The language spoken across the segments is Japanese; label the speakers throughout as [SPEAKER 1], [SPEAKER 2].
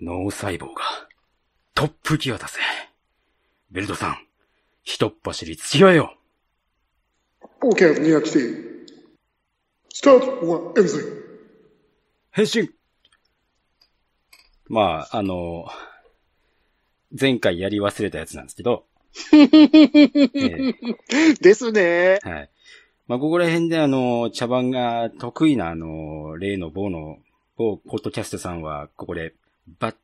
[SPEAKER 1] 脳細胞が、トップギアだぜ。ベルトさん、ひとっ走り付き合えよ。
[SPEAKER 2] オーケー、宮吉。スタートはエンジン。
[SPEAKER 1] 変身まあ、あの、前回やり忘れたやつなんですけ ど、え
[SPEAKER 3] ですね。
[SPEAKER 1] えはい。まあ、ここら辺であの、茶番が得意なあの、例の某の、某ポッドキャストさんは、ここで、バッ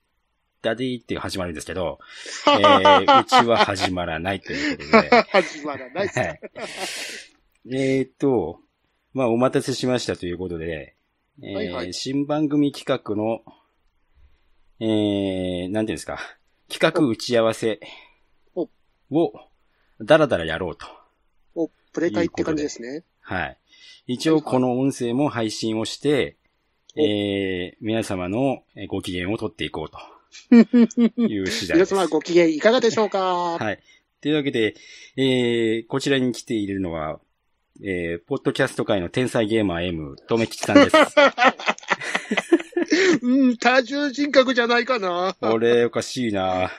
[SPEAKER 1] ダディって始まるんですけど、え ー、うちは始まらないということで、
[SPEAKER 3] 始まらないっす。
[SPEAKER 1] はい。えーっと、まあ、お待たせしましたということで、えー
[SPEAKER 3] はいはい
[SPEAKER 1] 新番組企画の、えー、なんていうんですか、企画打ち合わせ
[SPEAKER 3] お
[SPEAKER 1] を、だらだらやろうと。
[SPEAKER 3] もう、プレ会って感じですね。
[SPEAKER 1] はい。一応、この音声も配信をして、
[SPEAKER 3] お
[SPEAKER 1] えー、皆様のえーご機嫌を取っていこう という次第で
[SPEAKER 3] 皆
[SPEAKER 1] す。
[SPEAKER 3] 様ご機嫌いかがでしょうか、
[SPEAKER 1] はい。というわけで、えー、こちらに来ているのは、えー、ポッドキャスト界の天才ゲーマー M、とめきちさんです。
[SPEAKER 3] うん、多重人格じゃないかな。
[SPEAKER 1] これおかしいな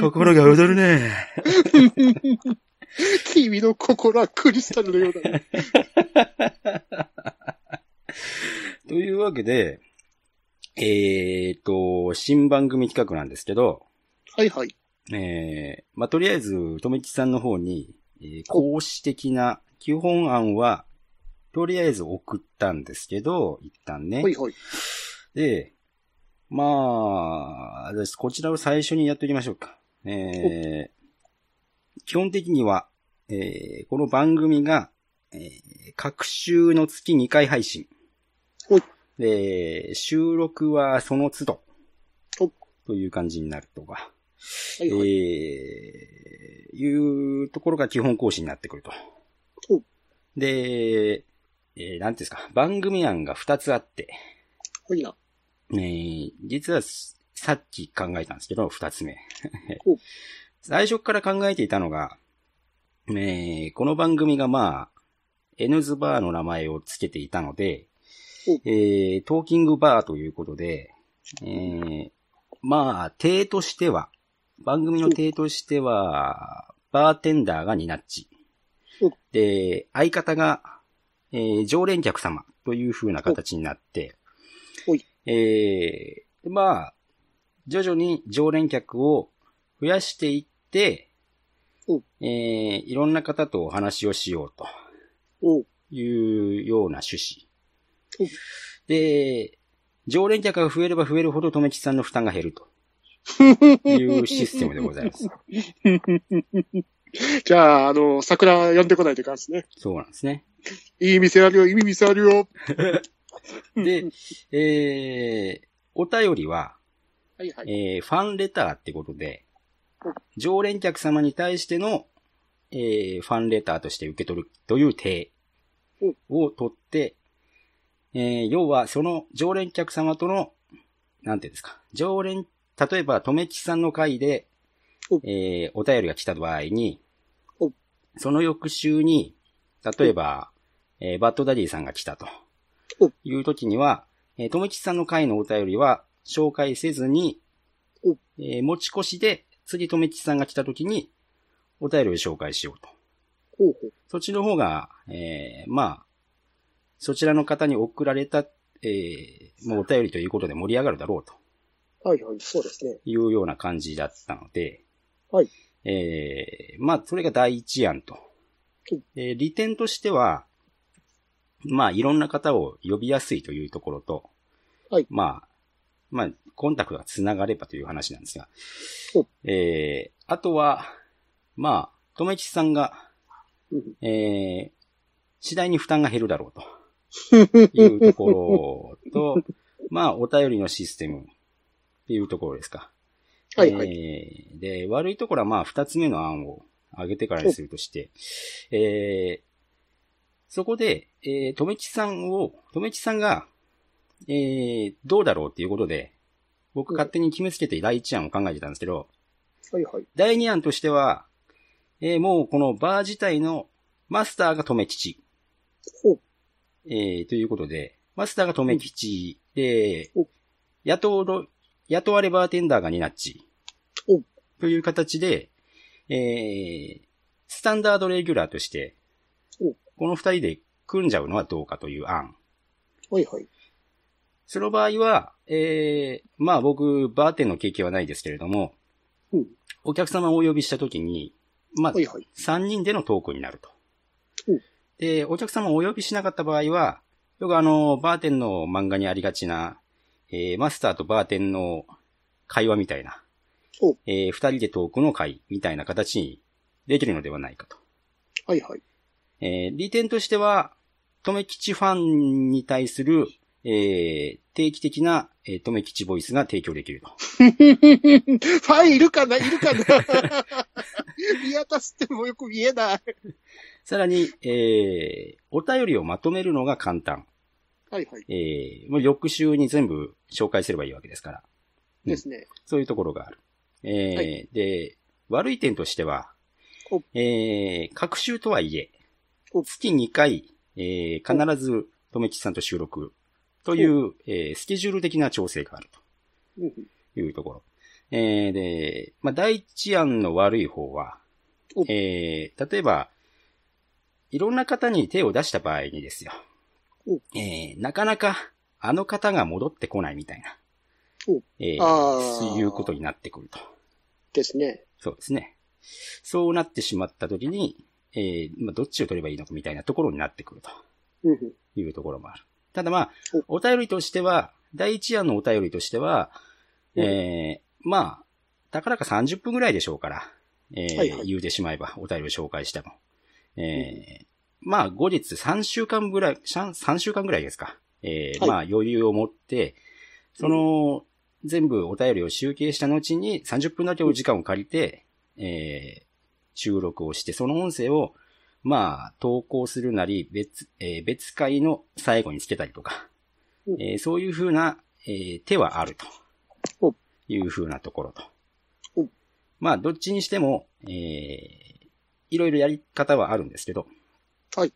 [SPEAKER 1] 心が踊るね。
[SPEAKER 3] 君の心はクリスタルのよう だ、ね。
[SPEAKER 1] というわけで、えー、と、新番組企画なんですけど、
[SPEAKER 3] はいはい。
[SPEAKER 1] えー、まあ、とりあえず、とめきちさんの方に、えー講師的な基本案は、とりあえず送ったんですけど、一旦ね。
[SPEAKER 3] ほいほい。
[SPEAKER 1] で、まあ、ですこちらを最初にやっておきましょうか。えー基本的には、えーこの番組が、えー各週の月2回配信
[SPEAKER 3] ほい。
[SPEAKER 1] で、収録はその都度
[SPEAKER 3] ほい。
[SPEAKER 1] という感じになるとか、
[SPEAKER 3] はいはい。
[SPEAKER 1] えーいうところが基本講師になってくると
[SPEAKER 3] ほう。
[SPEAKER 1] で、えーなんていうんですか、番組案が2つあって、
[SPEAKER 3] ほいな。
[SPEAKER 1] えー実はすさっき考えたんですけど、二つ目
[SPEAKER 3] ほう。
[SPEAKER 1] 最初から考えていたのが、えーこの番組がまあ、N ズバーの名前をつけていたので
[SPEAKER 3] ほう、
[SPEAKER 1] えートーキングバーということで、えーまあ、体としては、番組の体としては、バーテンダーがニナッチ
[SPEAKER 3] ほう。
[SPEAKER 1] で、相方が、えー常連客様という風な形になって、えー、まあ、徐々に常連客を増やしていって
[SPEAKER 3] お、
[SPEAKER 1] えー、いろんな方とお話をしようと
[SPEAKER 3] おう
[SPEAKER 1] いうような趣旨
[SPEAKER 3] お。
[SPEAKER 1] で、常連客が増えれば増えるほど、とめきさんの負担が減ると。いうシステムでござい ます。
[SPEAKER 3] じゃあ、あの、桜呼んでこないといかんですね。
[SPEAKER 1] そうなんですね。
[SPEAKER 3] いい店あるよ、いい店あるよ。
[SPEAKER 1] で、えー、お便りは、
[SPEAKER 3] はいはい。
[SPEAKER 1] えーファンレターってことで
[SPEAKER 3] うん、
[SPEAKER 1] 常連客様に対しての、えーファンレターとして受け取るという体
[SPEAKER 3] うん
[SPEAKER 1] を取って、えー要はその常連客様との、なんていうんですか、常連、例えば、とめきさんの会で
[SPEAKER 3] うん、
[SPEAKER 1] えーお便りが来た場合に
[SPEAKER 3] うん、
[SPEAKER 1] その翌週に、例えば、えーバッドダディさんが来たと
[SPEAKER 3] うん、
[SPEAKER 1] いう時には、えー、とめきちさんの回のお便りは紹介せずに
[SPEAKER 3] お、
[SPEAKER 1] えー持ち越しで、次とめきちさんが来た時に、お便りを紹介しようと。
[SPEAKER 3] ほうほう。
[SPEAKER 1] そっちの方が、えーまあ、そちらの方に送られた、えーもうお便りということで盛り上がるだろうと
[SPEAKER 3] はいはい、そうですね。
[SPEAKER 1] いうような感じだったので、
[SPEAKER 3] はい。
[SPEAKER 1] えーまあ、それが第一案と
[SPEAKER 3] うん。
[SPEAKER 1] で利点としては、まあ、いろんな方を呼びやすいというところと、
[SPEAKER 3] はい
[SPEAKER 1] まあ、まあ、コンタクトが繋がればという話なんですが
[SPEAKER 3] うん、
[SPEAKER 1] えーあとは、まあ、とめきちさんが、
[SPEAKER 3] うん
[SPEAKER 1] えー次第に負担が減るだろうと。いうところと、 まあ、お便りのシステムっていうところですか。
[SPEAKER 3] はいはい。
[SPEAKER 1] えーで、悪いところはまあ、二つ目の案を挙げてからにするとして、えーそこで、えー、とめきさんを、とめきさんが、えーどうだろうっていうことで、僕勝手に決めつけて第一案を考えてたんですけど、
[SPEAKER 3] はいはい。
[SPEAKER 1] 第二案としては、えーもうこのバー自体のマスターがとめきち
[SPEAKER 3] ほう。
[SPEAKER 1] えーということで、マスターが留吉で
[SPEAKER 3] お、
[SPEAKER 1] 野党の雇われバーテンダーがニナッチ
[SPEAKER 3] お。
[SPEAKER 1] という形で、えー、スタンダードレギュラーとして
[SPEAKER 3] お、
[SPEAKER 1] この二人で組んじゃうのはどうかという案。
[SPEAKER 3] はいはい。
[SPEAKER 1] その場合は、えー、まあ僕、バーテンの経験はないですけれども、
[SPEAKER 3] うん
[SPEAKER 1] お客様をお呼びしたときに、まあ
[SPEAKER 3] は、いはい。
[SPEAKER 1] 3人でのトークになると
[SPEAKER 3] うん。
[SPEAKER 1] で、お客様をお呼びしなかった場合は、よくあの、バーテンの漫画にありがちな、えーマスターとバーテンの会話みたいな
[SPEAKER 3] お、
[SPEAKER 1] えー二人でトークの会みたいな形にできるのではないかと。
[SPEAKER 3] はいはい。
[SPEAKER 1] えー利点としては、とめきちファンに対する、えー定期的な、えー、とめきちボイスが提供できると。
[SPEAKER 3] ファンいるかないるかな見渡してもよく見えない。
[SPEAKER 1] さらに、えーお便りをまとめるのが簡単。
[SPEAKER 3] はいはい。
[SPEAKER 1] えーもう翌週に全部紹介すればいいわけですから。うん
[SPEAKER 3] ですね。
[SPEAKER 1] そういうところがある。えー
[SPEAKER 3] は
[SPEAKER 1] で、悪い点としては
[SPEAKER 3] お、
[SPEAKER 1] えー、各週とはいえ、
[SPEAKER 3] お
[SPEAKER 1] 月2回、えー必ず、とめきちさんと収録という、えースケジュール的な調整がある
[SPEAKER 3] うん
[SPEAKER 1] というところ。えーで、まあ、第一案の悪い方は
[SPEAKER 3] お、
[SPEAKER 1] えー例えば、いろんな方に手を出した場合にですよ
[SPEAKER 3] お、
[SPEAKER 1] えーなかなかあの方が戻ってこないみたいな
[SPEAKER 3] お、
[SPEAKER 1] えー
[SPEAKER 3] あー
[SPEAKER 1] そういうことになってくると。
[SPEAKER 3] ですね。
[SPEAKER 1] そうですね。そうなってしまった時に、えーまあ、どっちを取ればいいのかみたいなところになってくると
[SPEAKER 3] うんうん
[SPEAKER 1] いうところもある。ただまあ、お便りとしては、第一案のお便りとしては、えーまあ、たかだか30分ぐらいでしょうから、えー
[SPEAKER 3] はいはい
[SPEAKER 1] 言うてしまえば、お便りを紹介しても。えーまあ、後日3週間ぐらい、3, 3週間ぐらいですか。えー
[SPEAKER 3] はい
[SPEAKER 1] まあ、余裕を持って、その、全部お便りを集計した後に30分だけお時間を借りて、えー収録をして、その音声を、まあ、投稿するなり、別、えー別会の最後につけたりとか、
[SPEAKER 3] うん
[SPEAKER 1] えーそういうふうな、えー手はある
[SPEAKER 3] お
[SPEAKER 1] というふうなところ
[SPEAKER 3] お
[SPEAKER 1] と。まあ、どっちにしても、えーいろいろやり方はあるんですけど、
[SPEAKER 3] はい。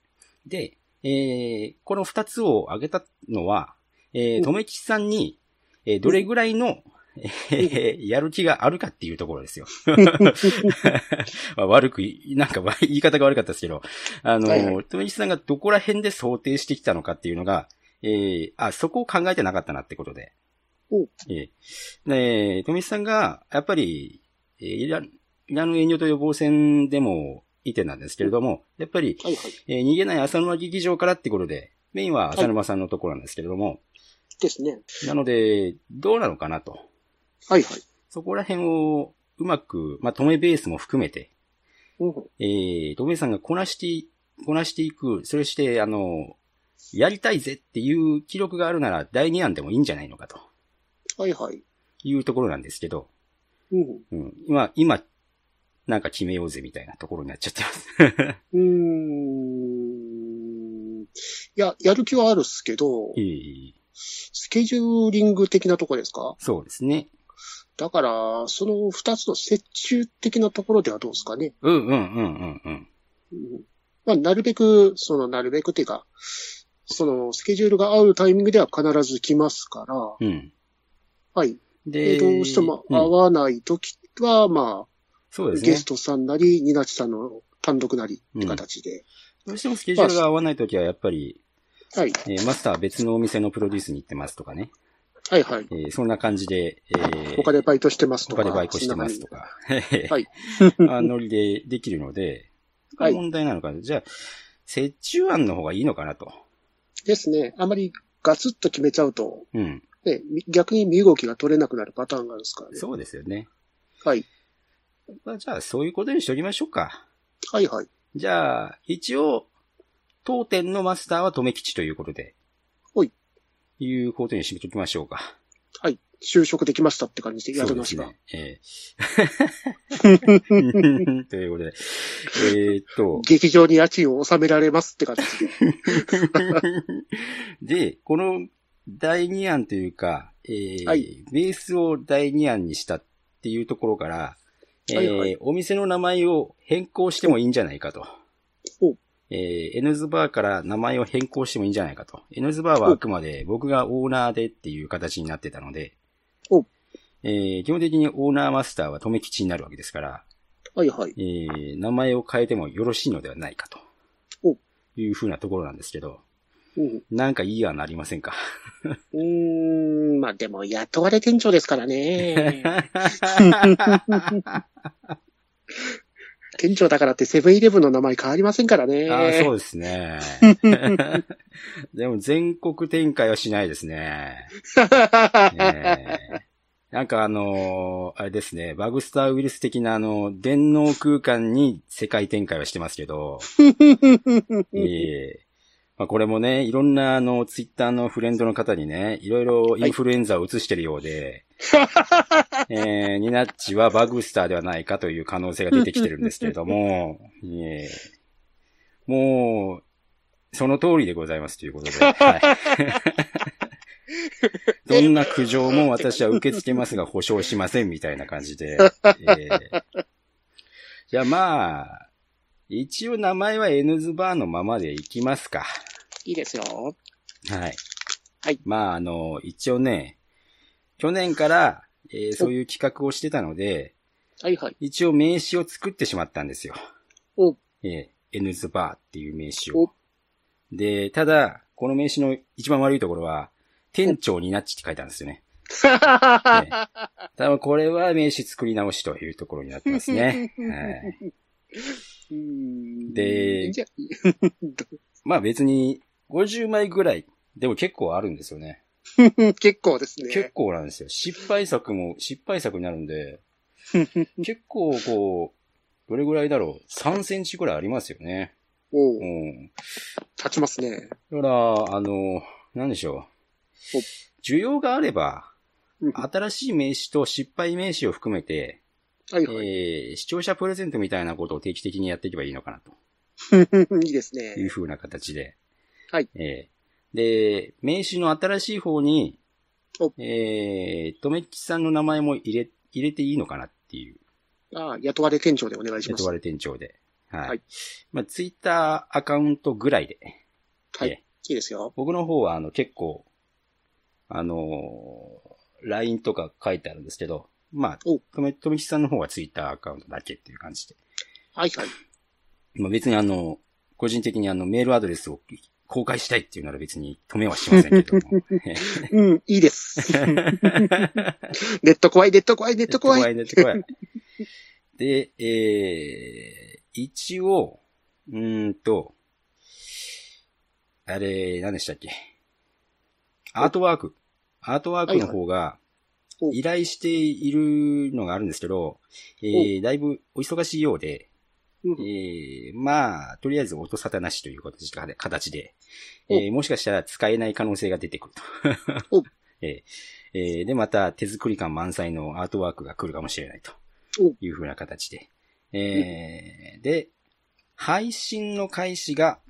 [SPEAKER 1] で、えーこの二つを挙げたのは、え
[SPEAKER 3] う
[SPEAKER 1] ー、
[SPEAKER 3] ん
[SPEAKER 1] とめきちさんに、えーどれぐらいの、えーやる気があるかっていうところ ですよ。まあ悪くい、なんかわ言い方が悪かったですけど、あ
[SPEAKER 3] はいは
[SPEAKER 1] の、とめきちさんがどこら辺で想定してきたのかっていうのが、えーあ、そこを考えてなかったなってことで。
[SPEAKER 3] お
[SPEAKER 1] えー、で、とめきちさんが、やっぱり、えーイライランの遠慮と予防線でも、いてなんですけれども、やっぱり、
[SPEAKER 3] はいはい。
[SPEAKER 1] えー逃げない浅沼劇場からってことで、メインは浅沼さんのところなんですけれども、
[SPEAKER 3] ですね。
[SPEAKER 1] なので、どうなのかなと。
[SPEAKER 3] はいはい。
[SPEAKER 1] そこら辺をうまく、まあ、止めベースも含めて、
[SPEAKER 3] うんうん
[SPEAKER 1] えー、止めさんがこなして、こなしていく、それして、あの、やりたいぜっていう記録があるなら第2案でもいいんじゃないのかと
[SPEAKER 3] はいはい。
[SPEAKER 1] いうところなんですけど、
[SPEAKER 3] うん
[SPEAKER 1] うん、今、今、なんか決めようぜみたいなところになっちゃってます。
[SPEAKER 3] うん。うーん。いや、やる気はあるっすけど
[SPEAKER 1] え、ー
[SPEAKER 3] スケジューリング的なとこですか
[SPEAKER 1] そうですね。
[SPEAKER 3] だから、その二つの折衷的なところではどうですかね。
[SPEAKER 1] うんうんうんうんうん。
[SPEAKER 3] うんまあ、なるべく、その、なるべくっていうか、その、スケジュールが合うタイミングでは必ず来ますから、
[SPEAKER 1] うん。
[SPEAKER 3] はい。
[SPEAKER 1] で、
[SPEAKER 3] で、どうしても
[SPEAKER 1] うん
[SPEAKER 3] 合わないときは、ま
[SPEAKER 1] そう
[SPEAKER 3] あ、
[SPEAKER 1] です
[SPEAKER 3] ゲ
[SPEAKER 1] ね
[SPEAKER 3] ス。トさんなり、ニナチさんの単独なりって形で、
[SPEAKER 1] どうしてもスケジュールが合わないときはやっぱり、
[SPEAKER 3] はい。
[SPEAKER 1] えーマスターは別のお店のプロデュースに行ってますとかね。
[SPEAKER 3] はいはい。
[SPEAKER 1] えーそんな感じで、えー
[SPEAKER 3] 他でバイトしてますとか。
[SPEAKER 1] 他でバイトしてますとか。
[SPEAKER 3] はい
[SPEAKER 1] あノリでできるので、
[SPEAKER 3] はい
[SPEAKER 1] 問題なのかな。じゃあ、折衷案の方がいいのかなと。
[SPEAKER 3] ですね。あまりガツッと決めちゃうと、
[SPEAKER 1] うん。
[SPEAKER 3] ね、み逆に身動きが取れなくなるパターンがあるんですからね。
[SPEAKER 1] そうですよね。
[SPEAKER 3] はい。
[SPEAKER 1] まあ、じゃあ、そういうことにしておきましょうか。
[SPEAKER 3] はいはい。
[SPEAKER 1] じゃあ、一応、当店のマスターは留吉ということで。
[SPEAKER 3] ほい。
[SPEAKER 1] いうことにしておきましょうか。
[SPEAKER 3] はい。就職できましたって感じでや
[SPEAKER 1] そ
[SPEAKER 3] れ
[SPEAKER 1] うで
[SPEAKER 3] ますすが。
[SPEAKER 1] ね。え ーということで。えーっと。
[SPEAKER 3] 劇場に家賃を納められますって感じ で。
[SPEAKER 1] で、この第2案というか、えー
[SPEAKER 3] はい
[SPEAKER 1] ベースを第2案にしたっていうところから、えー
[SPEAKER 3] はいはい
[SPEAKER 1] お店の名前を変更してもいいんじゃないかと。
[SPEAKER 3] お
[SPEAKER 1] えー、エヌズバーから名前を変更してもいいんじゃないかと。エヌズバーはあくまで僕がオーナーでっていう形になってたので
[SPEAKER 3] お、
[SPEAKER 1] えー基本的にオーナーマスターは留吉になるわけですから、
[SPEAKER 3] はいはい。
[SPEAKER 1] えー名前を変えてもよろしいのではないかと
[SPEAKER 3] お。
[SPEAKER 1] いうふうなところなんですけど、
[SPEAKER 3] うん。
[SPEAKER 1] なんかいい案ありませんか
[SPEAKER 3] うーん、まあでも雇われ店長ですから ね。店長だからってセブンイレブンの名前変わりませんからね。
[SPEAKER 1] ああ、そうですね。でも全国展開はしないですね。ええなんかあのーあれですね、バグスターウイルス的なあの、電脳空間に世界展開はしてますけど、 ええまあ、これもね、いろんなあの、ツイッターのフレンドの方にね、いろいろインフルエンザを移してるようで、えー、ニナッチはバグスターではないかという可能性が出てきてるんですけれども、えーもう、その通りでございますという ことで、はい。どんな苦情も私は受け付けますが保証しませんみたいな感じ で、えーじゃあまあ、一応名前は N ズバーのままでいきますか。
[SPEAKER 3] いいですよ。
[SPEAKER 1] はい。
[SPEAKER 3] はい。
[SPEAKER 1] まあ、あの、一応ね、去年から、えーそういう企画をしてたので、
[SPEAKER 3] はいはい。
[SPEAKER 1] 一応名刺を作ってしまったんですよ。
[SPEAKER 3] お、
[SPEAKER 1] えー、N ズバーっていう名刺を
[SPEAKER 3] お。
[SPEAKER 1] で、ただ、この名刺の一番悪いところは、店長になっちって書いたんですよね。ね多分これは名刺作り直しというところになってます ね。はい。
[SPEAKER 3] うーん
[SPEAKER 1] で
[SPEAKER 3] じゃ、ど
[SPEAKER 1] まあ別に50枚ぐらい、でも結構あるんですよね。
[SPEAKER 3] 結構です
[SPEAKER 1] 結
[SPEAKER 3] ね。
[SPEAKER 1] 構なんですよ。失敗作も失敗作になるん で、結構こう、どれぐらいだろう。3センチぐらいありますよね。
[SPEAKER 3] お
[SPEAKER 1] う
[SPEAKER 3] う、
[SPEAKER 1] ん。
[SPEAKER 3] 立ちますね。
[SPEAKER 1] だから、あの、なんでしょう
[SPEAKER 3] お。
[SPEAKER 1] 需要があれば、
[SPEAKER 3] うん
[SPEAKER 1] 新しい名刺と失敗名刺を含めて、
[SPEAKER 3] はいはい。
[SPEAKER 1] えー視聴者プレゼントみたいなことを定期的にやっていけばいいのかなと。
[SPEAKER 3] いいです
[SPEAKER 1] い
[SPEAKER 3] ね
[SPEAKER 1] う。風な形で。
[SPEAKER 3] はい。
[SPEAKER 1] えーで、名刺の新しい方に
[SPEAKER 3] お、
[SPEAKER 1] えー、とめきさんの名前も入れ、入れていいのかなっていう、
[SPEAKER 3] ああ雇われ店長でお願いします。
[SPEAKER 1] 雇われ店長で。はい。
[SPEAKER 3] はい
[SPEAKER 1] まあ、ツイッターアカウントぐらいで。
[SPEAKER 3] はい。
[SPEAKER 1] えー
[SPEAKER 3] いいですよ。
[SPEAKER 1] 僕の方は、あの、結構、あのー LINE とか書いてあるんですけど、まあ、
[SPEAKER 3] お
[SPEAKER 1] とめ、とめきさんの方はツイッターアカウントだけっていう感じで。
[SPEAKER 3] はいはい。
[SPEAKER 1] まあ、別にあの、個人的にあの、メールアドレスを公開したいっていうなら別に止めはしませんけども。
[SPEAKER 3] うん、いいです。 ネット怖い、ネット怖い、ネット怖い。
[SPEAKER 1] ネット怖い。で、えー、一応、うーんと、あれ、何でしたっけ。アートワーク。アートワークの方が
[SPEAKER 3] いはいお、
[SPEAKER 1] 依頼しているのがあるんですけど、えー、だいぶお忙しいようで、
[SPEAKER 3] うん
[SPEAKER 1] えー、まあ、とりあえず音沙汰なしという形で形で、え
[SPEAKER 3] お
[SPEAKER 1] ー、もしかしたら使えない可能性が出てくると
[SPEAKER 3] お。
[SPEAKER 1] えーえーで、また手作り感満載のアートワークが来るかもしれないと
[SPEAKER 3] お
[SPEAKER 1] いうふうな形で。えーで、配信の開始が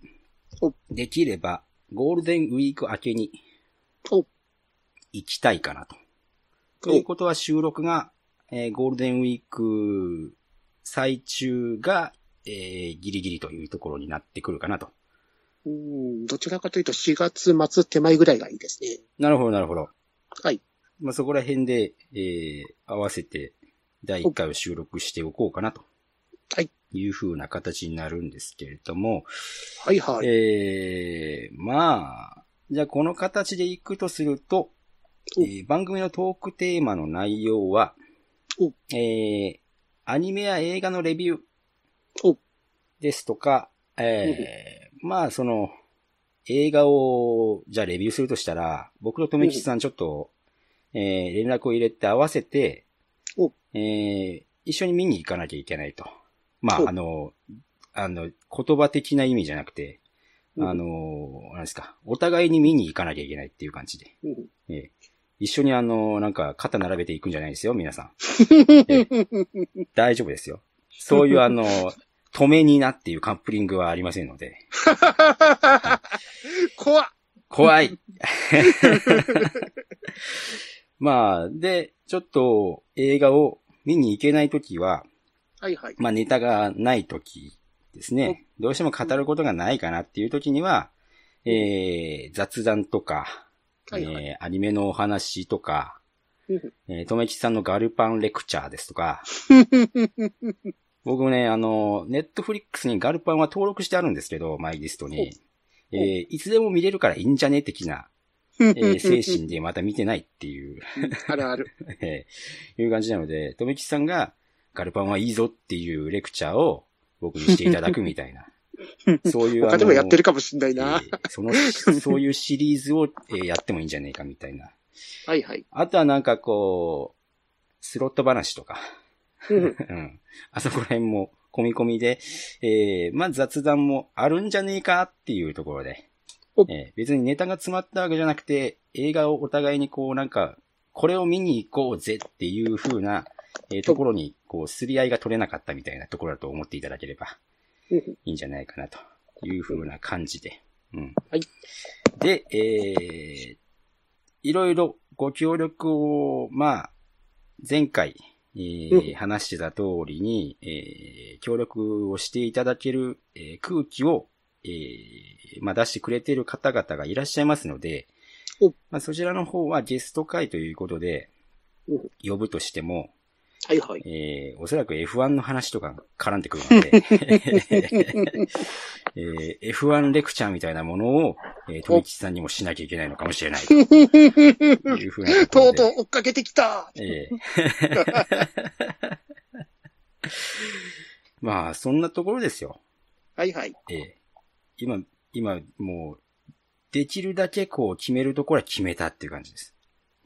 [SPEAKER 3] お
[SPEAKER 1] できれば、ゴールデンウィーク明けに
[SPEAKER 3] お
[SPEAKER 1] 行きたいかなと。ということは収録が、えーゴールデンウィーク最中が、えーギリギリというところになってくるかなと。
[SPEAKER 3] うん、どちらかというと4月末手前ぐらいがいいですね。
[SPEAKER 1] なるほど、なるほど。
[SPEAKER 3] はい。
[SPEAKER 1] まあ、そこら辺で、えー合わせて第1回を収録しておこうかなと。
[SPEAKER 3] はい。
[SPEAKER 1] いう風な形になるんですけれども、
[SPEAKER 3] はいはい。
[SPEAKER 1] えーまあ、じゃあこの形でいくとすると、
[SPEAKER 3] お
[SPEAKER 1] えー番組のトークテーマの内容は
[SPEAKER 3] お、
[SPEAKER 1] えーアニメや映画のレビュー
[SPEAKER 3] お、
[SPEAKER 1] ですとか、えーまあその、映画を、じゃあレビューするとしたら、僕と留吉さんちょっと、えー連絡を入れて合わせて
[SPEAKER 3] お、
[SPEAKER 1] えー一緒に見に行かなきゃいけないと。まあ、
[SPEAKER 3] お
[SPEAKER 1] あの、あの、言葉的な意味じゃなくて、
[SPEAKER 3] うん
[SPEAKER 1] あの、なんですか、お互いに見に行かなきゃいけないっていう感じで。
[SPEAKER 3] うん
[SPEAKER 1] ええ一緒にあの、なんか肩並べていくんじゃないですよ、皆さん。ええ大丈夫ですよ。そういうあの、 止めになっていうカップリングはありませんので。
[SPEAKER 3] 怖っ
[SPEAKER 1] 怖 いまあ、で、ちょっと映画を見に行けないときは、
[SPEAKER 3] はいはい。
[SPEAKER 1] まあネタがない時ですね。どうしても語ることがないかなっていう時には、えー、雑談とか、
[SPEAKER 3] はいはい。
[SPEAKER 1] えー、アニメのお話とか、
[SPEAKER 3] うん
[SPEAKER 1] えー、とめきちさんのガルパンレクチャーですとか、僕もね、あの、ネットフリックスにガルパンは登録してあるんですけど、マイリストに。え
[SPEAKER 3] お
[SPEAKER 1] ーいつでも見れるからいいんじゃね的な、
[SPEAKER 3] え
[SPEAKER 1] えー精神でまた見てないっていう、
[SPEAKER 3] あるある。
[SPEAKER 1] えーいう感じなので、とめきちさんがガルパンはいいぞっていうレクチャーを僕にしていただくみたい な。そういうあの
[SPEAKER 3] 他でもやってるかもしんないな。
[SPEAKER 1] えーその、そういうシリーズを、えーやってもいいんじゃねえかみたいな。
[SPEAKER 3] はいはい。
[SPEAKER 1] あとはなんかこう、スロット話とか、
[SPEAKER 3] うん
[SPEAKER 1] うん。あそこら辺も込み込みで、えー、まあ雑談もあるんじゃねえかっていうところで
[SPEAKER 3] お、
[SPEAKER 1] えー別にネタが詰まったわけじゃなくて、映画をお互いにこうなんか、これを見に行こうぜっていう風な、えーところに、こう、すり合いが取れなかったみたいなところだと思っていただければ、
[SPEAKER 3] うん
[SPEAKER 1] いいんじゃないかなという風な感じで。うん。
[SPEAKER 3] はい。
[SPEAKER 1] で、えー、いろいろご協力を、まあ、前回、えー
[SPEAKER 3] うん
[SPEAKER 1] 話してた通りに、えー協力をしていただける、えー空気を、えーまあ、出してくれている方々がいらっしゃいますので
[SPEAKER 3] お、
[SPEAKER 1] まあ、そちらの方はゲスト会ということで
[SPEAKER 3] うん、
[SPEAKER 1] 呼ぶとしても、
[SPEAKER 3] はいはい。
[SPEAKER 1] えーおそらく F1 の話とか絡んでくるので、 えー F1 レクチャーみたいなものを、えー、富吉さんにもしなきゃいけないのかもしれないというふうなと
[SPEAKER 3] と
[SPEAKER 1] ころ
[SPEAKER 3] う
[SPEAKER 1] で
[SPEAKER 3] とう追っかけてきた
[SPEAKER 1] ええまあ、そんなところですよ。
[SPEAKER 3] はいはい。
[SPEAKER 1] ええ今、今、もう、できるだけこう決めるところは決めたっていう感じです。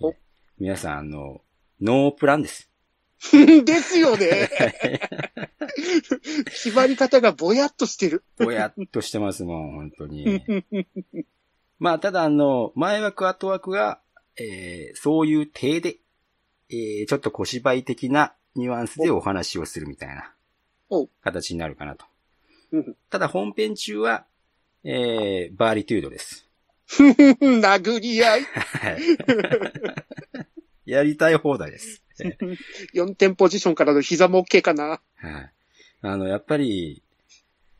[SPEAKER 1] ええ
[SPEAKER 3] お
[SPEAKER 1] 皆さん、あの、ノープランです。
[SPEAKER 3] ですよね。決まり方がぼやっとしてる。
[SPEAKER 1] ぼやっとしてますもん、本当に。まあ、ただあの、前枠後枠が、えーそういう体で、えーちょっと小芝居的なニュアンスでお話をするみたいな
[SPEAKER 3] お、
[SPEAKER 1] 形になるかなと
[SPEAKER 3] うん。
[SPEAKER 1] ただ本編中は、えーバーリトゥードです。
[SPEAKER 3] 殴り合い。
[SPEAKER 1] はい。やりたい放題です。え
[SPEAKER 3] 4点ポジションからの膝も OK かな。
[SPEAKER 1] ーはい。あの、やっぱり、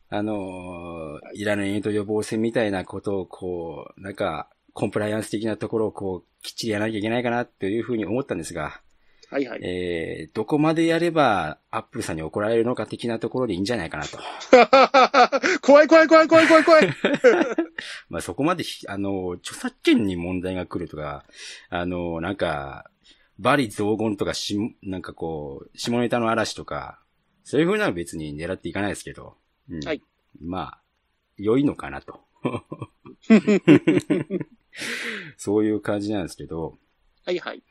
[SPEAKER 1] あのーいらぬエイト予防線みたいなことをこう、なんか、コンプライアンス的なところをこう、きっちりやらなきゃいけないかなというふうに思ったんですが、
[SPEAKER 3] はいはい。
[SPEAKER 1] えー、どこまでやれば、アップルさんに怒られるのか的なところでいいんじゃないかなと。
[SPEAKER 3] 怖い怖い怖い怖い怖い怖い。
[SPEAKER 1] まあ、そこまでひ、あの、著作権に問題が来るとか、あの、なんか、バリ雑言とか、し、なんかこう、下ネタの嵐とか、そういう風なのは別に狙っていかないですけど、うん
[SPEAKER 3] はい。
[SPEAKER 1] まあ、良いのかな と。そういう感じなんですけど、
[SPEAKER 3] はいはい。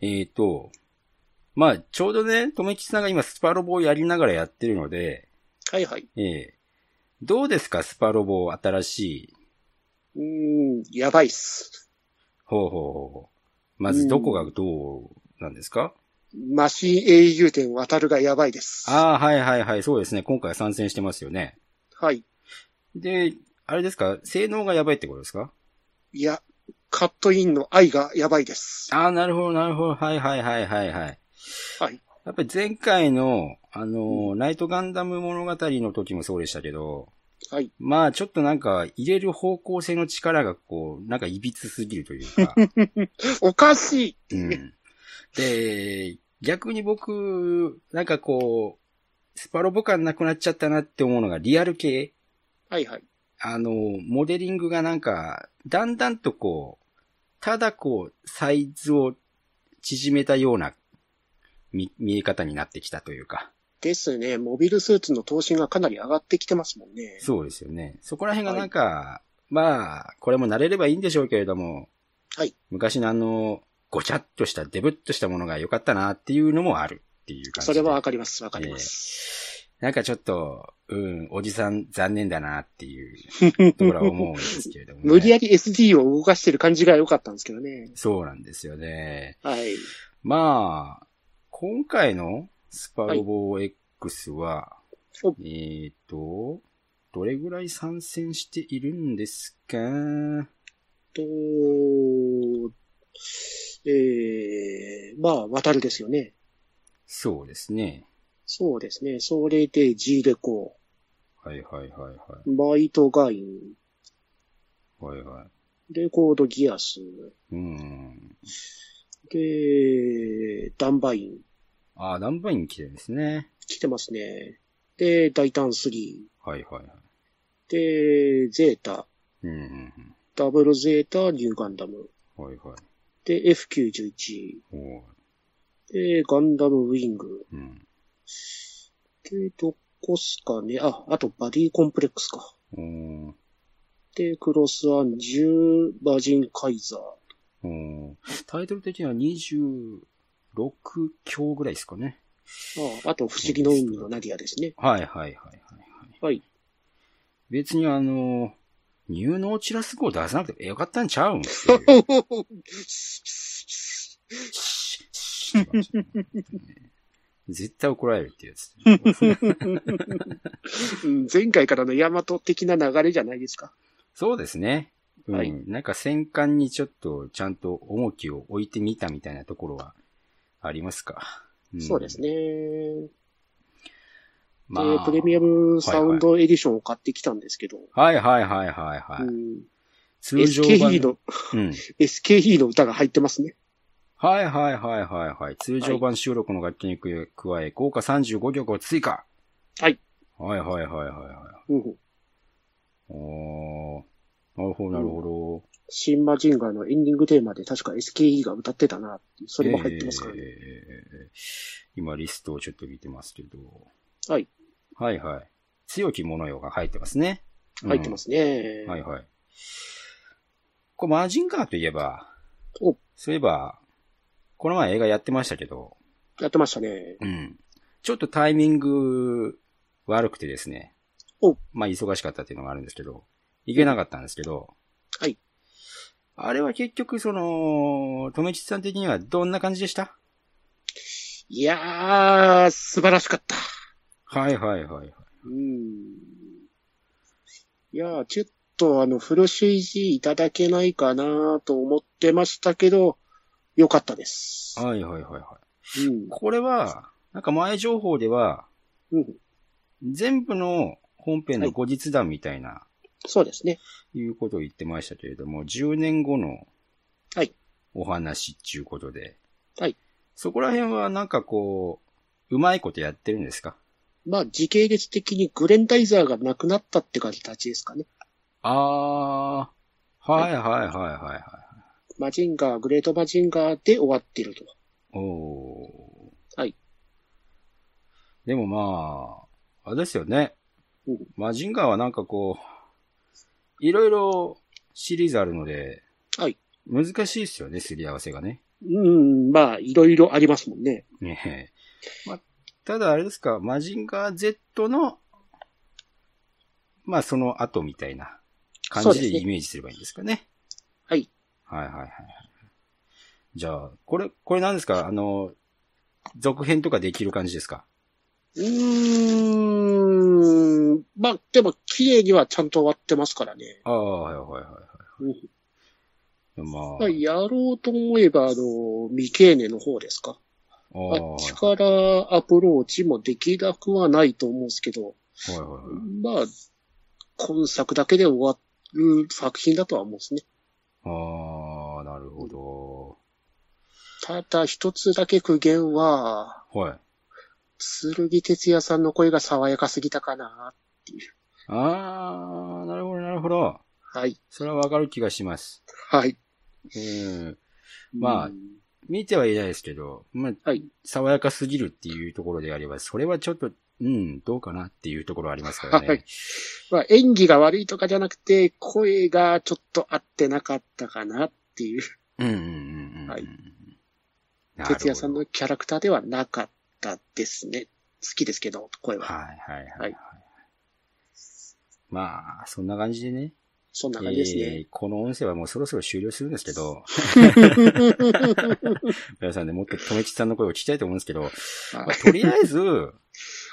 [SPEAKER 1] えー、と、まあ、ちょうどね、とめきちさんが今スパロボをやりながらやってるので、
[SPEAKER 3] はいはい。
[SPEAKER 1] ええどうですか、スパロボ新しい。
[SPEAKER 3] うーん、やばいっす。
[SPEAKER 1] ほうほうほうほう。まずどこがどうなんですか、
[SPEAKER 3] マシン英雄伝渡るがやばいです。
[SPEAKER 1] ああ、はいはいはい、そうですね。今回参戦してますよね。
[SPEAKER 3] はい。
[SPEAKER 1] で、あれですか、性能がやばいってことですか
[SPEAKER 3] いや、カットインの愛がやばいです。
[SPEAKER 1] ああ、なるほど、なるほど。はいはいはいはいはい。
[SPEAKER 3] はい。
[SPEAKER 1] やっぱり前回の、あのーナイトガンダム物語の時もそうでしたけど、
[SPEAKER 3] はい。
[SPEAKER 1] まあちょっとなんか入れる方向性の力がこう、なんか歪すぎるというか。
[SPEAKER 3] おかしい。
[SPEAKER 1] うん。 で、逆に僕、なんかこう、スパロボ感なくなっちゃったなって思うのがリアル系。
[SPEAKER 3] はいはい。
[SPEAKER 1] あの、モデリングがなんか、だんだんとこう、ただこう、サイズを縮めたような見見え方になってきたというか。
[SPEAKER 3] ですね。モビルスーツの投資がかなり上がってきてますもんね。
[SPEAKER 1] そうですよね。そこら辺がなんか、まあ、これも慣れればいいんでしょうけれども、
[SPEAKER 3] はい
[SPEAKER 1] 昔のあの、ごちゃっとした、デブっとしたものが良かったなっていうのもあるっていう感じ
[SPEAKER 3] そ
[SPEAKER 1] で。
[SPEAKER 3] れはわかります。わかります。
[SPEAKER 1] なんかちょっと、うん、おじさん残念だなって いうところは思うんですけれども、ね。
[SPEAKER 3] 無理やり SD を動かしてる感じが良かったんですけどね。
[SPEAKER 1] そうなんですよね。
[SPEAKER 3] はい。
[SPEAKER 1] まあ、今回のスパロボ X は、
[SPEAKER 3] お
[SPEAKER 1] えっ、と、どれぐらい参戦しているんですか
[SPEAKER 3] と、えー、まあ、渡るですよね。
[SPEAKER 1] そうですね。
[SPEAKER 3] そうですね。それで G レコ、
[SPEAKER 1] はいはいはい
[SPEAKER 3] バイトガイン、
[SPEAKER 1] はい。はいは
[SPEAKER 3] レコードギアス、
[SPEAKER 1] い。うん。
[SPEAKER 3] で、ダンバイン
[SPEAKER 1] ああ、ダンバイン来てるんですね。
[SPEAKER 3] 来てますね。で、大胆3。
[SPEAKER 1] はいはいはい。
[SPEAKER 3] で、ゼータ、
[SPEAKER 1] うんうん
[SPEAKER 3] ダブルゼータ、ニューガンダム。
[SPEAKER 1] うん。はいはい。
[SPEAKER 3] で、F91。
[SPEAKER 1] おー
[SPEAKER 3] で、ガンダムウィング。
[SPEAKER 1] うん。
[SPEAKER 3] で、どこっすかね。あ、あとバディコンプレックスか。
[SPEAKER 1] おー
[SPEAKER 3] で、クロスアンジュ、バージンカイザ
[SPEAKER 1] お
[SPEAKER 3] ー。
[SPEAKER 1] ータイトル的には26強ぐらいですかね。
[SPEAKER 3] ああと、不思議の海のナディアですね。
[SPEAKER 1] はいはいはいはい、はい。
[SPEAKER 3] はい。
[SPEAKER 1] 別にあの、ニューノーチラス号出さなくてもよかったんちゃうんっていうシッシッって感じ絶対怒られるってやつ。
[SPEAKER 3] うん前回からのヤマト的な流れじゃないですか。
[SPEAKER 1] そうですね。うん。
[SPEAKER 3] はい
[SPEAKER 1] なんか戦艦にちょっとちゃんと重きを置いてみたみたいなところはありますか。ん
[SPEAKER 3] そうです。ね。
[SPEAKER 1] ま
[SPEAKER 3] で、プレミアムサウンドエディションを買ってきたんですけど、
[SPEAKER 1] はいはいはいはいはい。
[SPEAKER 3] うん
[SPEAKER 1] 通常版
[SPEAKER 3] SKE の、
[SPEAKER 1] うん。
[SPEAKER 3] SKE の歌が入ってますね。
[SPEAKER 1] はいはいはいはいはい。通常版収録の楽器に加え、豪華35曲を追加。
[SPEAKER 3] はい。
[SPEAKER 1] はいはいはいはいは
[SPEAKER 3] うん、
[SPEAKER 1] い。おー。なるほどなるほど。
[SPEAKER 3] シンマジンガーのエンディングテーマで確か SKE が歌ってたなっていう、それも入ってますからね。
[SPEAKER 1] えーえーえー今リストをちょっと見てますけど。
[SPEAKER 3] はい。
[SPEAKER 1] はいはい。強き者よが入ってますね。、
[SPEAKER 3] 入ってますすね。
[SPEAKER 1] はいはい。これマージンガーといえば、
[SPEAKER 3] お
[SPEAKER 1] そういえば、この前映画やってましたけど、
[SPEAKER 3] やってましたね。
[SPEAKER 1] うん。ちょっとタイミング悪くてですね。
[SPEAKER 3] お
[SPEAKER 1] まあ、忙しかったっていうのがあるんですけど、行けなかったんですけど。
[SPEAKER 3] はい。
[SPEAKER 1] あれは結局、その、とめちさん的にはどんな感じでした
[SPEAKER 3] いやー、素晴らしかった。
[SPEAKER 1] はいはいはいはい。
[SPEAKER 3] うん。いやー、ちょっとあの、フル CG いただけないかなと思ってましたけど、よかったです。
[SPEAKER 1] はいはいはいはい。
[SPEAKER 3] うん。
[SPEAKER 1] これは、なんか前情報では、
[SPEAKER 3] うん。
[SPEAKER 1] 全部の本編の後日談みたいな、
[SPEAKER 3] そうですね。
[SPEAKER 1] いうことを言ってましたけれども、10年後の
[SPEAKER 3] はい
[SPEAKER 1] お話っていうことで、
[SPEAKER 3] はい
[SPEAKER 1] そこら辺はなんかこう、うまいことやってるんですか
[SPEAKER 3] まあ、時系列的にグレンダイザーがなくなったって感じたちですかね。
[SPEAKER 1] あー、はいはいはいはいは
[SPEAKER 3] マジンガー、グレートマジンガーで終わってると。
[SPEAKER 1] い。おー。
[SPEAKER 3] はい。
[SPEAKER 1] でもまあ、あれですよね
[SPEAKER 3] うん。
[SPEAKER 1] マジンガーはなんかこう、いろいろシリーズあるので、
[SPEAKER 3] はい。
[SPEAKER 1] 難しいですよね、すり合わせがね。
[SPEAKER 3] うん、まあ、いろいろありますもんね。
[SPEAKER 1] ねえ。まあ、ただあれですか、マジンガー Z の、まあその後みたいな感
[SPEAKER 3] そう
[SPEAKER 1] じ
[SPEAKER 3] です
[SPEAKER 1] で
[SPEAKER 3] ね
[SPEAKER 1] イメージすればいいんですかね。
[SPEAKER 3] はい。
[SPEAKER 1] はいはいはいはい。じゃあ、これ、これ何ですかあの、続編とかできる感じですか
[SPEAKER 3] うーん、まあ、でも、綺麗にはちゃんと終わってますからね。
[SPEAKER 1] ああ、はいはいはいはい。まあ、
[SPEAKER 3] まあ、やろうと思えば、あの、未経年の方ですか。
[SPEAKER 1] ああ、
[SPEAKER 3] あ
[SPEAKER 1] は
[SPEAKER 3] っちからアプローチもできなくはないと思うんですけど、
[SPEAKER 1] いはいはい。
[SPEAKER 3] まあ、今作だけで終わる作品だとは思うんですね。
[SPEAKER 1] ああ、なるほど。
[SPEAKER 3] ただ一つだけ苦言は、
[SPEAKER 1] はい。
[SPEAKER 3] 剣哲也さんの声が爽やかすぎたかな。
[SPEAKER 1] ああ、なるほどなるほど。
[SPEAKER 3] はい。
[SPEAKER 1] それはわかる気がします。
[SPEAKER 3] はい。
[SPEAKER 1] うん。まあ
[SPEAKER 3] うん
[SPEAKER 1] 見てはいないですけど、まあ、
[SPEAKER 3] はい
[SPEAKER 1] 爽やかすぎるっていうところであれば、それはちょっと、うん、どうかなっていうところありますからね。
[SPEAKER 3] はいまあ、演技が悪いとかじゃなくて、声がちょっと合ってなかったかなっていう、
[SPEAKER 1] うんうんうんうん。
[SPEAKER 3] はい。
[SPEAKER 1] なるほど
[SPEAKER 3] 哲也さんのキャラクターではなかったですね。好きですけど、声は。
[SPEAKER 1] はいはいはい、は
[SPEAKER 3] はいい。
[SPEAKER 1] まあ、そんな感じでね。
[SPEAKER 3] そんな感じですね。
[SPEAKER 1] えーこの音声はもうそろそろ終了するんですけど、皆さんね、もっととめちさんの声を聞きたいと思うんですけど、まあとりあえず、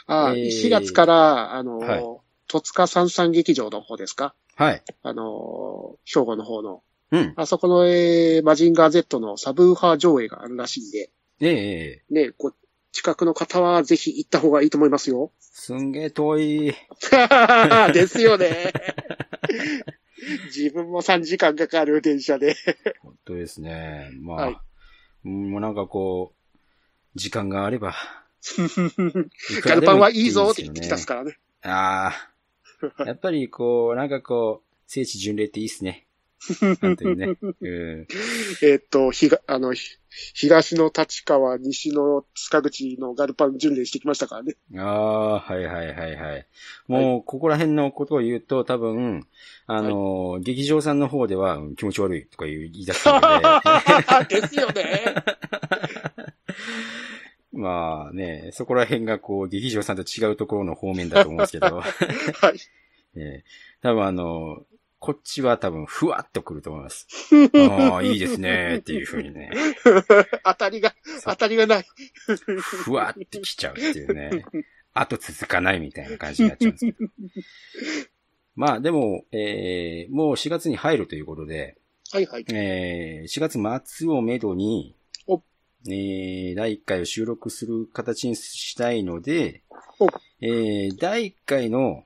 [SPEAKER 3] あ、
[SPEAKER 1] えー
[SPEAKER 3] 4月から、あの、
[SPEAKER 1] はい
[SPEAKER 3] 戸塚三三劇場の方ですか
[SPEAKER 1] はい。
[SPEAKER 3] あの、兵庫の方の。
[SPEAKER 1] うん。
[SPEAKER 3] あそこの、えーマジンガー Z のサブウーハー上映があるらしいんで、
[SPEAKER 1] ええええ
[SPEAKER 3] ね、こ近くの方はぜひ行った方がいいと思いますよ。
[SPEAKER 1] すんげえ遠い。
[SPEAKER 3] ですよ ね。自分も3時間かかる電車で。
[SPEAKER 1] 本当ですね。まあ、
[SPEAKER 3] はい
[SPEAKER 1] うんもうなんかこう、時間があれば。いく
[SPEAKER 3] ガ
[SPEAKER 1] ら
[SPEAKER 3] ル
[SPEAKER 1] で
[SPEAKER 3] パン
[SPEAKER 1] も
[SPEAKER 3] はいいぞって
[SPEAKER 1] ん
[SPEAKER 3] 言っ
[SPEAKER 1] で
[SPEAKER 3] て
[SPEAKER 1] す
[SPEAKER 3] き
[SPEAKER 1] よ
[SPEAKER 3] た
[SPEAKER 1] ね
[SPEAKER 3] っすからね。
[SPEAKER 1] ああ。 やっぱりこう、なんかこう、聖地巡礼っていいっすね。本当にね。うん。
[SPEAKER 3] えーっと、ひが、あの、ひ東の立川、西の塚口のガルパン巡礼してきましたからね。
[SPEAKER 1] ああー、はいはいはいはい。もう、ここら辺のことを言うと、多分、あのー劇場さんの方ではうん気持ち悪いとか言い言い出した ので、
[SPEAKER 3] ですよね。
[SPEAKER 1] まあね、そこら辺がこう、劇場さんと違うところの方面だと思うんですけど、
[SPEAKER 3] はい。
[SPEAKER 1] えー多分あのーこっちは多分、ふわっと来ると思います。ああ、いいですね、っていうふうにね。
[SPEAKER 3] 当たりが、
[SPEAKER 1] そう
[SPEAKER 3] 当たりがない。
[SPEAKER 1] ふわってきちゃうっていうね。あと続かないみたいな感じになっちゃうんですけど。まあでも、えーもう4月に入るということで、
[SPEAKER 3] はいはい。
[SPEAKER 1] えー4月末をめどに
[SPEAKER 3] お、
[SPEAKER 1] えー第1回を収録する形にしたいので
[SPEAKER 3] お、
[SPEAKER 1] えー第1回の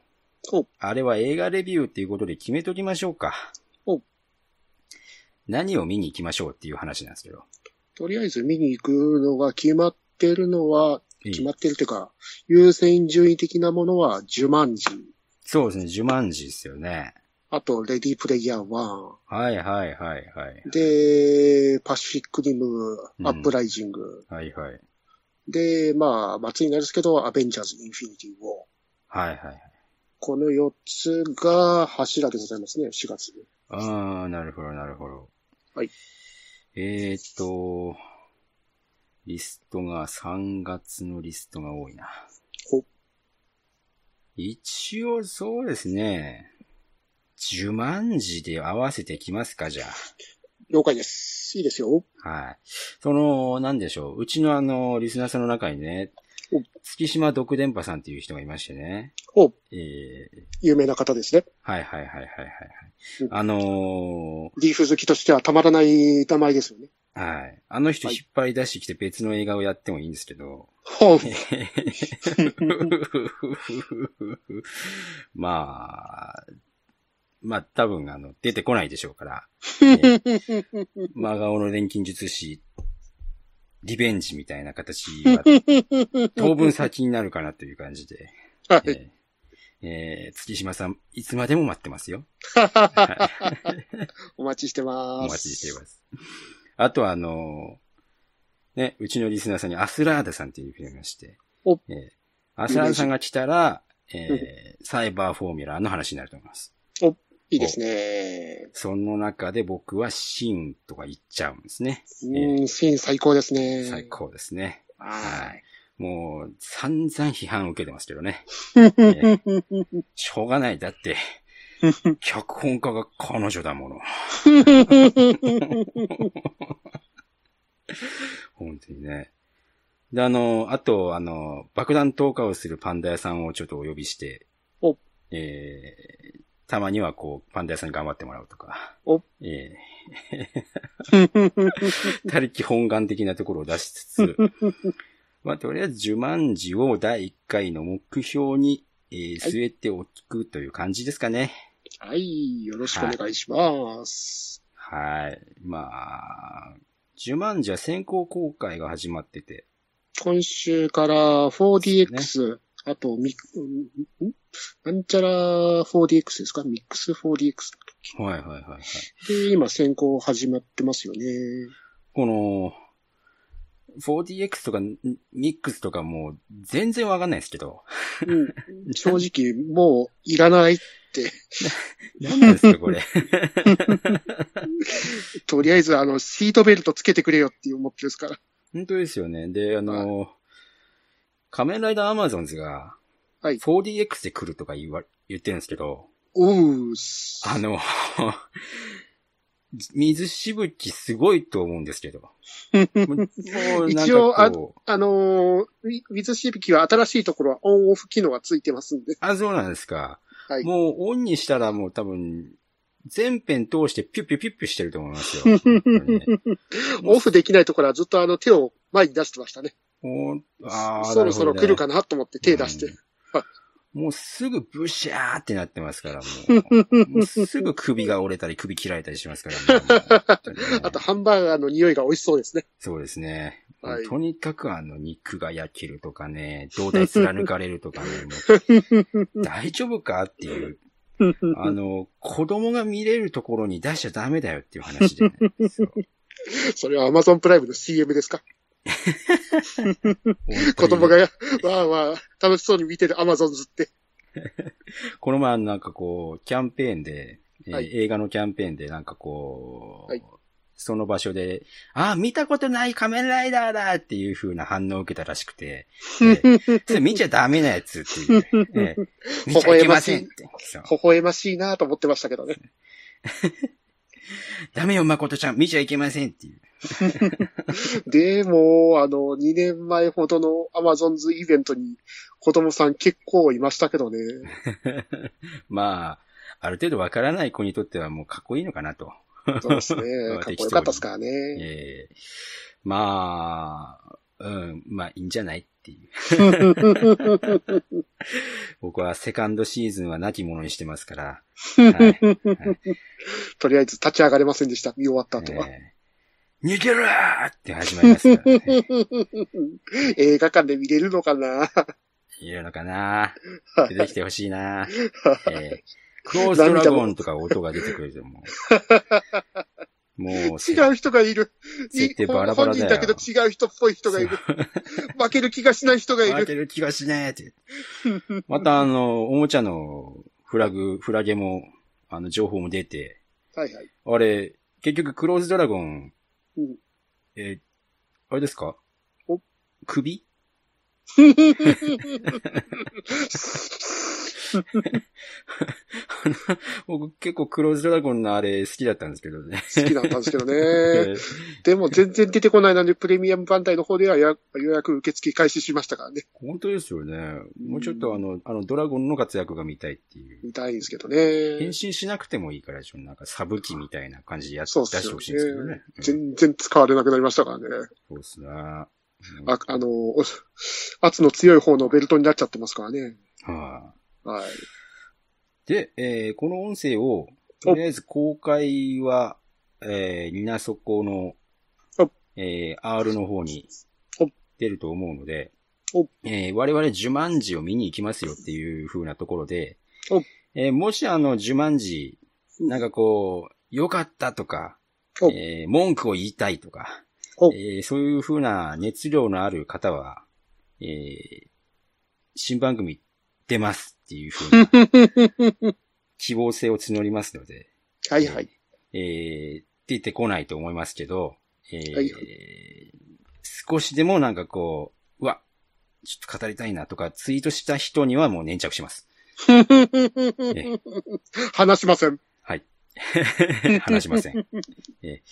[SPEAKER 3] お、
[SPEAKER 1] あれは映画レビューっていうことで決めときましょうか
[SPEAKER 3] お。
[SPEAKER 1] 何を見に行きましょうっていう話なんですけど。
[SPEAKER 3] とりあえず見に行くのが決まってるのは、
[SPEAKER 1] えー
[SPEAKER 3] 決まってるというか、優先順位的なものは、ジュマンジ。
[SPEAKER 1] そうですね、ジュマンジですよね。
[SPEAKER 3] あと、レディープレイヤー1。
[SPEAKER 1] はいはいはいはい。
[SPEAKER 3] で、パシフィックリム
[SPEAKER 1] う、ん
[SPEAKER 3] アップライジング。
[SPEAKER 1] はいはい。
[SPEAKER 3] で、まあ、末になるんですけど、アベンジャーズ、インフィニティ・ウォー。
[SPEAKER 1] はいはいはい。
[SPEAKER 3] この4つが柱でございますね、4月。
[SPEAKER 1] ああ、なるほどなるほど。
[SPEAKER 3] はい。
[SPEAKER 1] えー、っと、リストが、3月のリストが多いな。
[SPEAKER 3] ほ
[SPEAKER 1] 一応そうですね。呪文字で合わせてきますか、じゃ
[SPEAKER 3] 了解です。いいですよ。
[SPEAKER 1] あ。はい。その、なんでしょう。うちのあの、リスナーさんの中にね
[SPEAKER 3] お、
[SPEAKER 1] 月島独電波さんっていう人がいましてね。
[SPEAKER 3] お、
[SPEAKER 1] えー、
[SPEAKER 3] 有名な方ですね。
[SPEAKER 1] はいはいはいはいはいはい。
[SPEAKER 3] うん
[SPEAKER 1] あのー、
[SPEAKER 3] リーフ好きとしてはたまらない名前ですよね。
[SPEAKER 1] はい。あの人
[SPEAKER 3] はい
[SPEAKER 1] 引っ張り出してきて別の映画をやってもいいんですけ ど。
[SPEAKER 3] ほう。
[SPEAKER 1] まあ、まあ多分あの、出てこないでしょうから。ええ真顔の錬金術師、リベンジみたいな形 は、当分先になるかなという感じで。
[SPEAKER 3] はい
[SPEAKER 1] ええええ月島さん、いつまでも待ってますよ。
[SPEAKER 3] お待ちしてます。
[SPEAKER 1] お待ちしています。あとは、あの、ね、うちのリスナーさんにアスラーダさんっていう人がいまして、
[SPEAKER 3] お
[SPEAKER 1] えーアスラーダさんが来たら、えーサイバーフォーミュラーの話になると思います。
[SPEAKER 3] いいですね。
[SPEAKER 1] その中で僕はシンとか言っちゃうんですね。
[SPEAKER 3] うん、シーン最高ですね。
[SPEAKER 1] 最。高ですね。
[SPEAKER 3] はい。
[SPEAKER 1] もう、散々批判を受けてますけどね。 しょうがない。だって、脚本家が彼女だもの。本当にね。で、あの、あと、あの、爆弾投下をするパンダ屋さんをちょっとお呼びして、
[SPEAKER 3] お
[SPEAKER 1] えーたまにはこう、パンダ屋さんに頑張ってもらうとか、
[SPEAKER 3] お
[SPEAKER 1] えー他力本願的なところを出しつつ、 まあ、とりあえず、呪文字を第1回の目標に、えー
[SPEAKER 3] はい
[SPEAKER 1] 据えておくという感じですかね。
[SPEAKER 3] はい。よろしくお願いします。
[SPEAKER 1] はい。まあ、呪文字は先行公開が始まってて、
[SPEAKER 3] 今週から 4DX、あとミ、んんなんちゃら 4DX ですかミックス 4DX だと。
[SPEAKER 1] はいはいはい、はい。
[SPEAKER 3] で、今先行始まってますよね。
[SPEAKER 1] この、4DX とかんミックスとかもう全然わかんないですけど。
[SPEAKER 3] うん、正直、もういらない。
[SPEAKER 1] 何なんですかこれ。
[SPEAKER 3] とりあえず、あの、シートベルトつけてくれよって思ってるですから。
[SPEAKER 1] 本当ですよね。で、あの、仮面ライダーアマゾンズが、
[SPEAKER 3] はい
[SPEAKER 1] 4DX で来るとか言わ、言ってるんですけど、
[SPEAKER 3] おう
[SPEAKER 1] あの、水しぶきすごいと思うんですけど。もうもうなん
[SPEAKER 3] 一応
[SPEAKER 1] か
[SPEAKER 3] あ
[SPEAKER 1] こう
[SPEAKER 3] あのー、ウィ水しぶきは新しいところはオンオフ機能がついてますんで。
[SPEAKER 1] あ、そうなんですか。
[SPEAKER 3] はい
[SPEAKER 1] もうオンにしたらもう多分、全編通してピュッピュッピュッピュしてると思いますよ。 本当にね
[SPEAKER 3] オフできないところはずっとあの手を前に出してましたね。
[SPEAKER 1] おあー
[SPEAKER 3] そろそろ
[SPEAKER 1] な
[SPEAKER 3] 来
[SPEAKER 1] る
[SPEAKER 3] る
[SPEAKER 1] ほどね
[SPEAKER 3] かなと思って手出して。
[SPEAKER 1] うん
[SPEAKER 3] はい
[SPEAKER 1] もうすぐブシャーってなってますから、も う。もうすぐ首が折れたり首切られたりしますから、もう
[SPEAKER 3] あと、ハンバーガーの匂いが美味しそうですね。
[SPEAKER 1] そうですね。
[SPEAKER 3] はい
[SPEAKER 1] とにかくあの肉が焼けるとかね、胴体貫かれるとかね、 もう大丈夫かっていう、あの、子供が見れるところに出しちゃダメだよっていう話じゃない ですよ。
[SPEAKER 3] それは Amazon プライムの CM ですか子供が、わーわー、楽しそうに見てる Amazon ズって。
[SPEAKER 1] この前なんかこう、キャンペーンで、えー
[SPEAKER 3] はい
[SPEAKER 1] 映画のキャンペーンでなんかこう、
[SPEAKER 3] はい
[SPEAKER 1] その場所で、あ、見たことない仮面ライダーだっていう風な反応を受けたらしくて、え ーそれ見ちゃダメなやつっていう、えー見ちゃいけませんって。そう
[SPEAKER 3] 微笑ましいなと思ってましたけどね。
[SPEAKER 1] ダメよ、誠ちゃん、見ちゃいけませんっていう。
[SPEAKER 3] でも、あの、2年前ほどの Amazon ズイベントに子供さん結構いましたけどね。
[SPEAKER 1] まあ、ある程度わからない子にとってはもうかっこいいのかなと。
[SPEAKER 3] そうですね。かっこよかったですからね。
[SPEAKER 1] えーまあ、うん、まあいいんじゃないっていう。 僕はセカンドシーズンは亡き者にしてますから。はい
[SPEAKER 3] とりあえず立ち上がれませんでした。見終わった後は。
[SPEAKER 1] えー逃げろーって始まります からね。
[SPEAKER 3] 映画館で見れるのかな
[SPEAKER 1] いるのかな
[SPEAKER 3] はい
[SPEAKER 1] 出てきてほしいな、えークローズドラゴンとか音が出てくると思 う。もう、
[SPEAKER 3] 違う人がいる。
[SPEAKER 1] 設定バラバラだよ
[SPEAKER 3] 本人だけど違う人っぽい人がいる。 負ける気がしない人がい
[SPEAKER 1] 負
[SPEAKER 3] る。
[SPEAKER 1] ける気がしねえって。またあの、おもちゃのフラグ、フラゲも、あの、情報も出て、
[SPEAKER 3] はいはい。
[SPEAKER 1] あれ、結局クローズドラゴン
[SPEAKER 3] うん、
[SPEAKER 1] えーあれですか
[SPEAKER 3] お
[SPEAKER 1] 首僕結構クローズドラゴンのあれ好きだったんですけどね。
[SPEAKER 3] 好きだったんですけど
[SPEAKER 1] え
[SPEAKER 3] ね。
[SPEAKER 1] ー
[SPEAKER 3] でも全然出てこないので、プレミアム版体の方では予約予約受付開始しましたからね。
[SPEAKER 1] 本当ですよね。もうちょっとあの、あのドラゴンの活躍が見たいっていう。
[SPEAKER 3] 見たいんですけど
[SPEAKER 1] 変
[SPEAKER 3] ね。
[SPEAKER 1] 身しなくてもいいから、ちょっとなんかサブ機みたいな感じでやっ出
[SPEAKER 3] そうっすよね
[SPEAKER 1] してほしいんですけどね。うん
[SPEAKER 3] 全然使われなくなりましたからね。
[SPEAKER 1] そうっすね。は
[SPEAKER 3] ああの、お圧の強い方のベルトになっちゃってますからね。
[SPEAKER 1] い。
[SPEAKER 3] はい。
[SPEAKER 1] で、えーこの音声を、とりあえず公開は、えー、ニナソコの
[SPEAKER 3] お、
[SPEAKER 1] えー、R の方に
[SPEAKER 3] お
[SPEAKER 1] 出ると思うので
[SPEAKER 3] お、
[SPEAKER 1] えー我々ジュマンジを見に行きますよっていう風なところで
[SPEAKER 3] お、
[SPEAKER 1] えーもしあの、ジュマンジ、なんかこう、良かったとか、
[SPEAKER 3] お
[SPEAKER 1] えー文句を言いたいとか、
[SPEAKER 3] お
[SPEAKER 1] えーそういう風な熱量のある方は、えー新番組出ますっていう風な希望性を募りますので、
[SPEAKER 3] はい はい。
[SPEAKER 1] えー出てこないと思いますけど、えー
[SPEAKER 3] はいは
[SPEAKER 1] 少しでもなんかこう、うわ、ちょっと語りたいなとか、ツイートした人にはもう粘着し ます。
[SPEAKER 3] 話しません。
[SPEAKER 1] はい。話しません。えー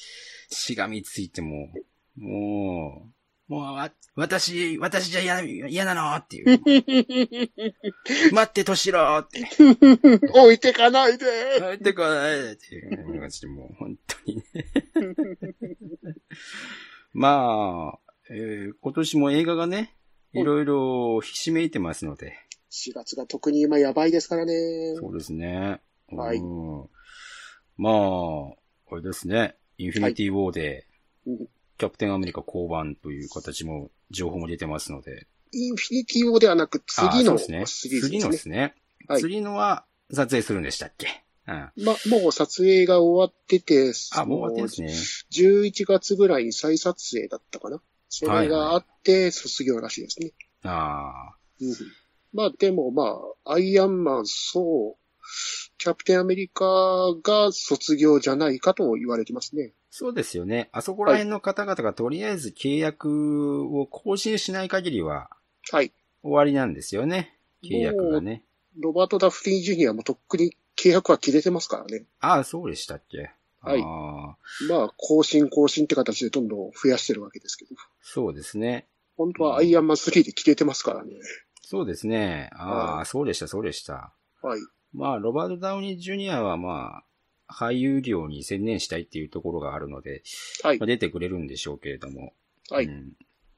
[SPEAKER 1] しがみついても、もう、もう、わ、私、私じゃ嫌、嫌なのっていう。待って、としろって。
[SPEAKER 3] 置いてかないで。
[SPEAKER 1] 帰ってこないっていう感じで、もう本当にね。まあ、えー今年も映画がね、いろいろひしめいてますので、
[SPEAKER 3] 4月が特に今やばいですからね。
[SPEAKER 1] そうですね。
[SPEAKER 3] はい
[SPEAKER 1] うんまあ、あれですね、インフィニティ・ウォーで、
[SPEAKER 3] はいうん
[SPEAKER 1] キャプテンアメリカ降板という形も、情報も出てますので、
[SPEAKER 3] インフィニティウォーではなく
[SPEAKER 1] あー
[SPEAKER 3] 次
[SPEAKER 1] そう
[SPEAKER 3] の
[SPEAKER 1] ですね。
[SPEAKER 3] シリーズ
[SPEAKER 1] 次
[SPEAKER 3] です
[SPEAKER 1] ので
[SPEAKER 3] ね。
[SPEAKER 1] すね。
[SPEAKER 3] はい
[SPEAKER 1] 次のは撮影するんでしたっけうん。
[SPEAKER 3] ま、もう撮影が終わってて、
[SPEAKER 1] あ、もう終わってるんですね。
[SPEAKER 3] 11月ぐらいに再撮影だったかな。それがあって、卒業らしいですね。
[SPEAKER 1] ああ。
[SPEAKER 3] うんまあでもまあ、アイアンマン、そう、キャプテンアメリカが卒業じゃないかと言われてますね。
[SPEAKER 1] そうですよね。あそこら辺の方々がとりあえず契約を更新しない限りは
[SPEAKER 3] はい。
[SPEAKER 1] 終わりなんですよね。契約が
[SPEAKER 3] もう
[SPEAKER 1] ね。
[SPEAKER 3] ロバート・ダフリー・ジュニアもとっくに契約は切れてますからね。
[SPEAKER 1] ああ、そうでしたっけ。
[SPEAKER 3] はい
[SPEAKER 1] ああ、
[SPEAKER 3] まあ、更新更新って形でどんどん増やしてるわけですけど。
[SPEAKER 1] そうですね。
[SPEAKER 3] 本当はアイアンマン3で切れてますからね。
[SPEAKER 1] そうですね。あ
[SPEAKER 3] は
[SPEAKER 1] あ、そうでした、そうでした。
[SPEAKER 3] はい。
[SPEAKER 1] まあ、ロバート・ダウニー・ジュニアはまあ、俳優業に専念したいっていうところがあるので、
[SPEAKER 3] はい
[SPEAKER 1] まあ、出てくれるんでしょうけれども。
[SPEAKER 3] はい
[SPEAKER 1] うん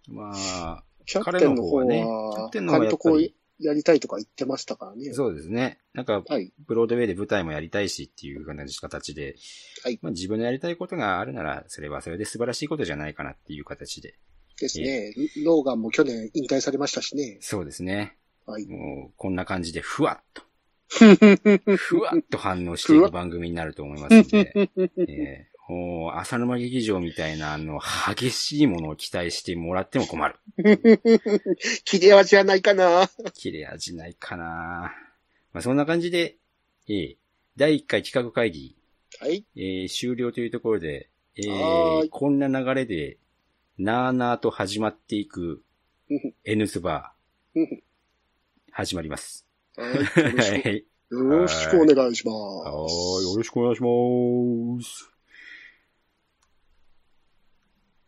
[SPEAKER 1] まあ、
[SPEAKER 3] キャプ
[SPEAKER 1] 彼
[SPEAKER 3] テ
[SPEAKER 1] の
[SPEAKER 3] ンの
[SPEAKER 1] 方
[SPEAKER 3] 方
[SPEAKER 1] は
[SPEAKER 3] は、
[SPEAKER 1] ね、キャプテンの方は
[SPEAKER 3] 監
[SPEAKER 1] やっ
[SPEAKER 3] 督
[SPEAKER 1] ぱ
[SPEAKER 3] を
[SPEAKER 1] り、
[SPEAKER 3] やりたいとか言ってましたからね。
[SPEAKER 1] そうですね。なんか、
[SPEAKER 3] はい。
[SPEAKER 1] ブロードウェイで舞台もやりたいしっていう感じ形で、
[SPEAKER 3] はい
[SPEAKER 1] まあ、自分のやりたいことがあるなら、それはそれで素晴らしいことじゃないかなっていう形で。
[SPEAKER 3] ですね。ローガンも去年引退されましたしね。
[SPEAKER 1] そうですね。
[SPEAKER 3] はい。
[SPEAKER 1] もう、こんな感じで、ふわっと、ふわっと反応してい
[SPEAKER 3] ふわ
[SPEAKER 1] く
[SPEAKER 3] っ
[SPEAKER 1] 番組になると思いますので、えーもう、浅沼劇場みたいな、あの、激しいものを期待してもらっても困る。
[SPEAKER 3] 切れ味はないかな。
[SPEAKER 1] 切れ味ないかなまあ、そんな感じで、えー第1回企画会議、
[SPEAKER 3] はい。
[SPEAKER 1] えー終了というところで、えー
[SPEAKER 3] はーい
[SPEAKER 1] こんな流れで、なーなーと始まっていく
[SPEAKER 3] うんふん、
[SPEAKER 1] N スバ
[SPEAKER 3] うん
[SPEAKER 1] ー
[SPEAKER 3] ふん、
[SPEAKER 1] 始まります。
[SPEAKER 3] はい。
[SPEAKER 1] い。
[SPEAKER 3] よろしくよろしくお願いします。
[SPEAKER 1] はい、よろしくお願いします。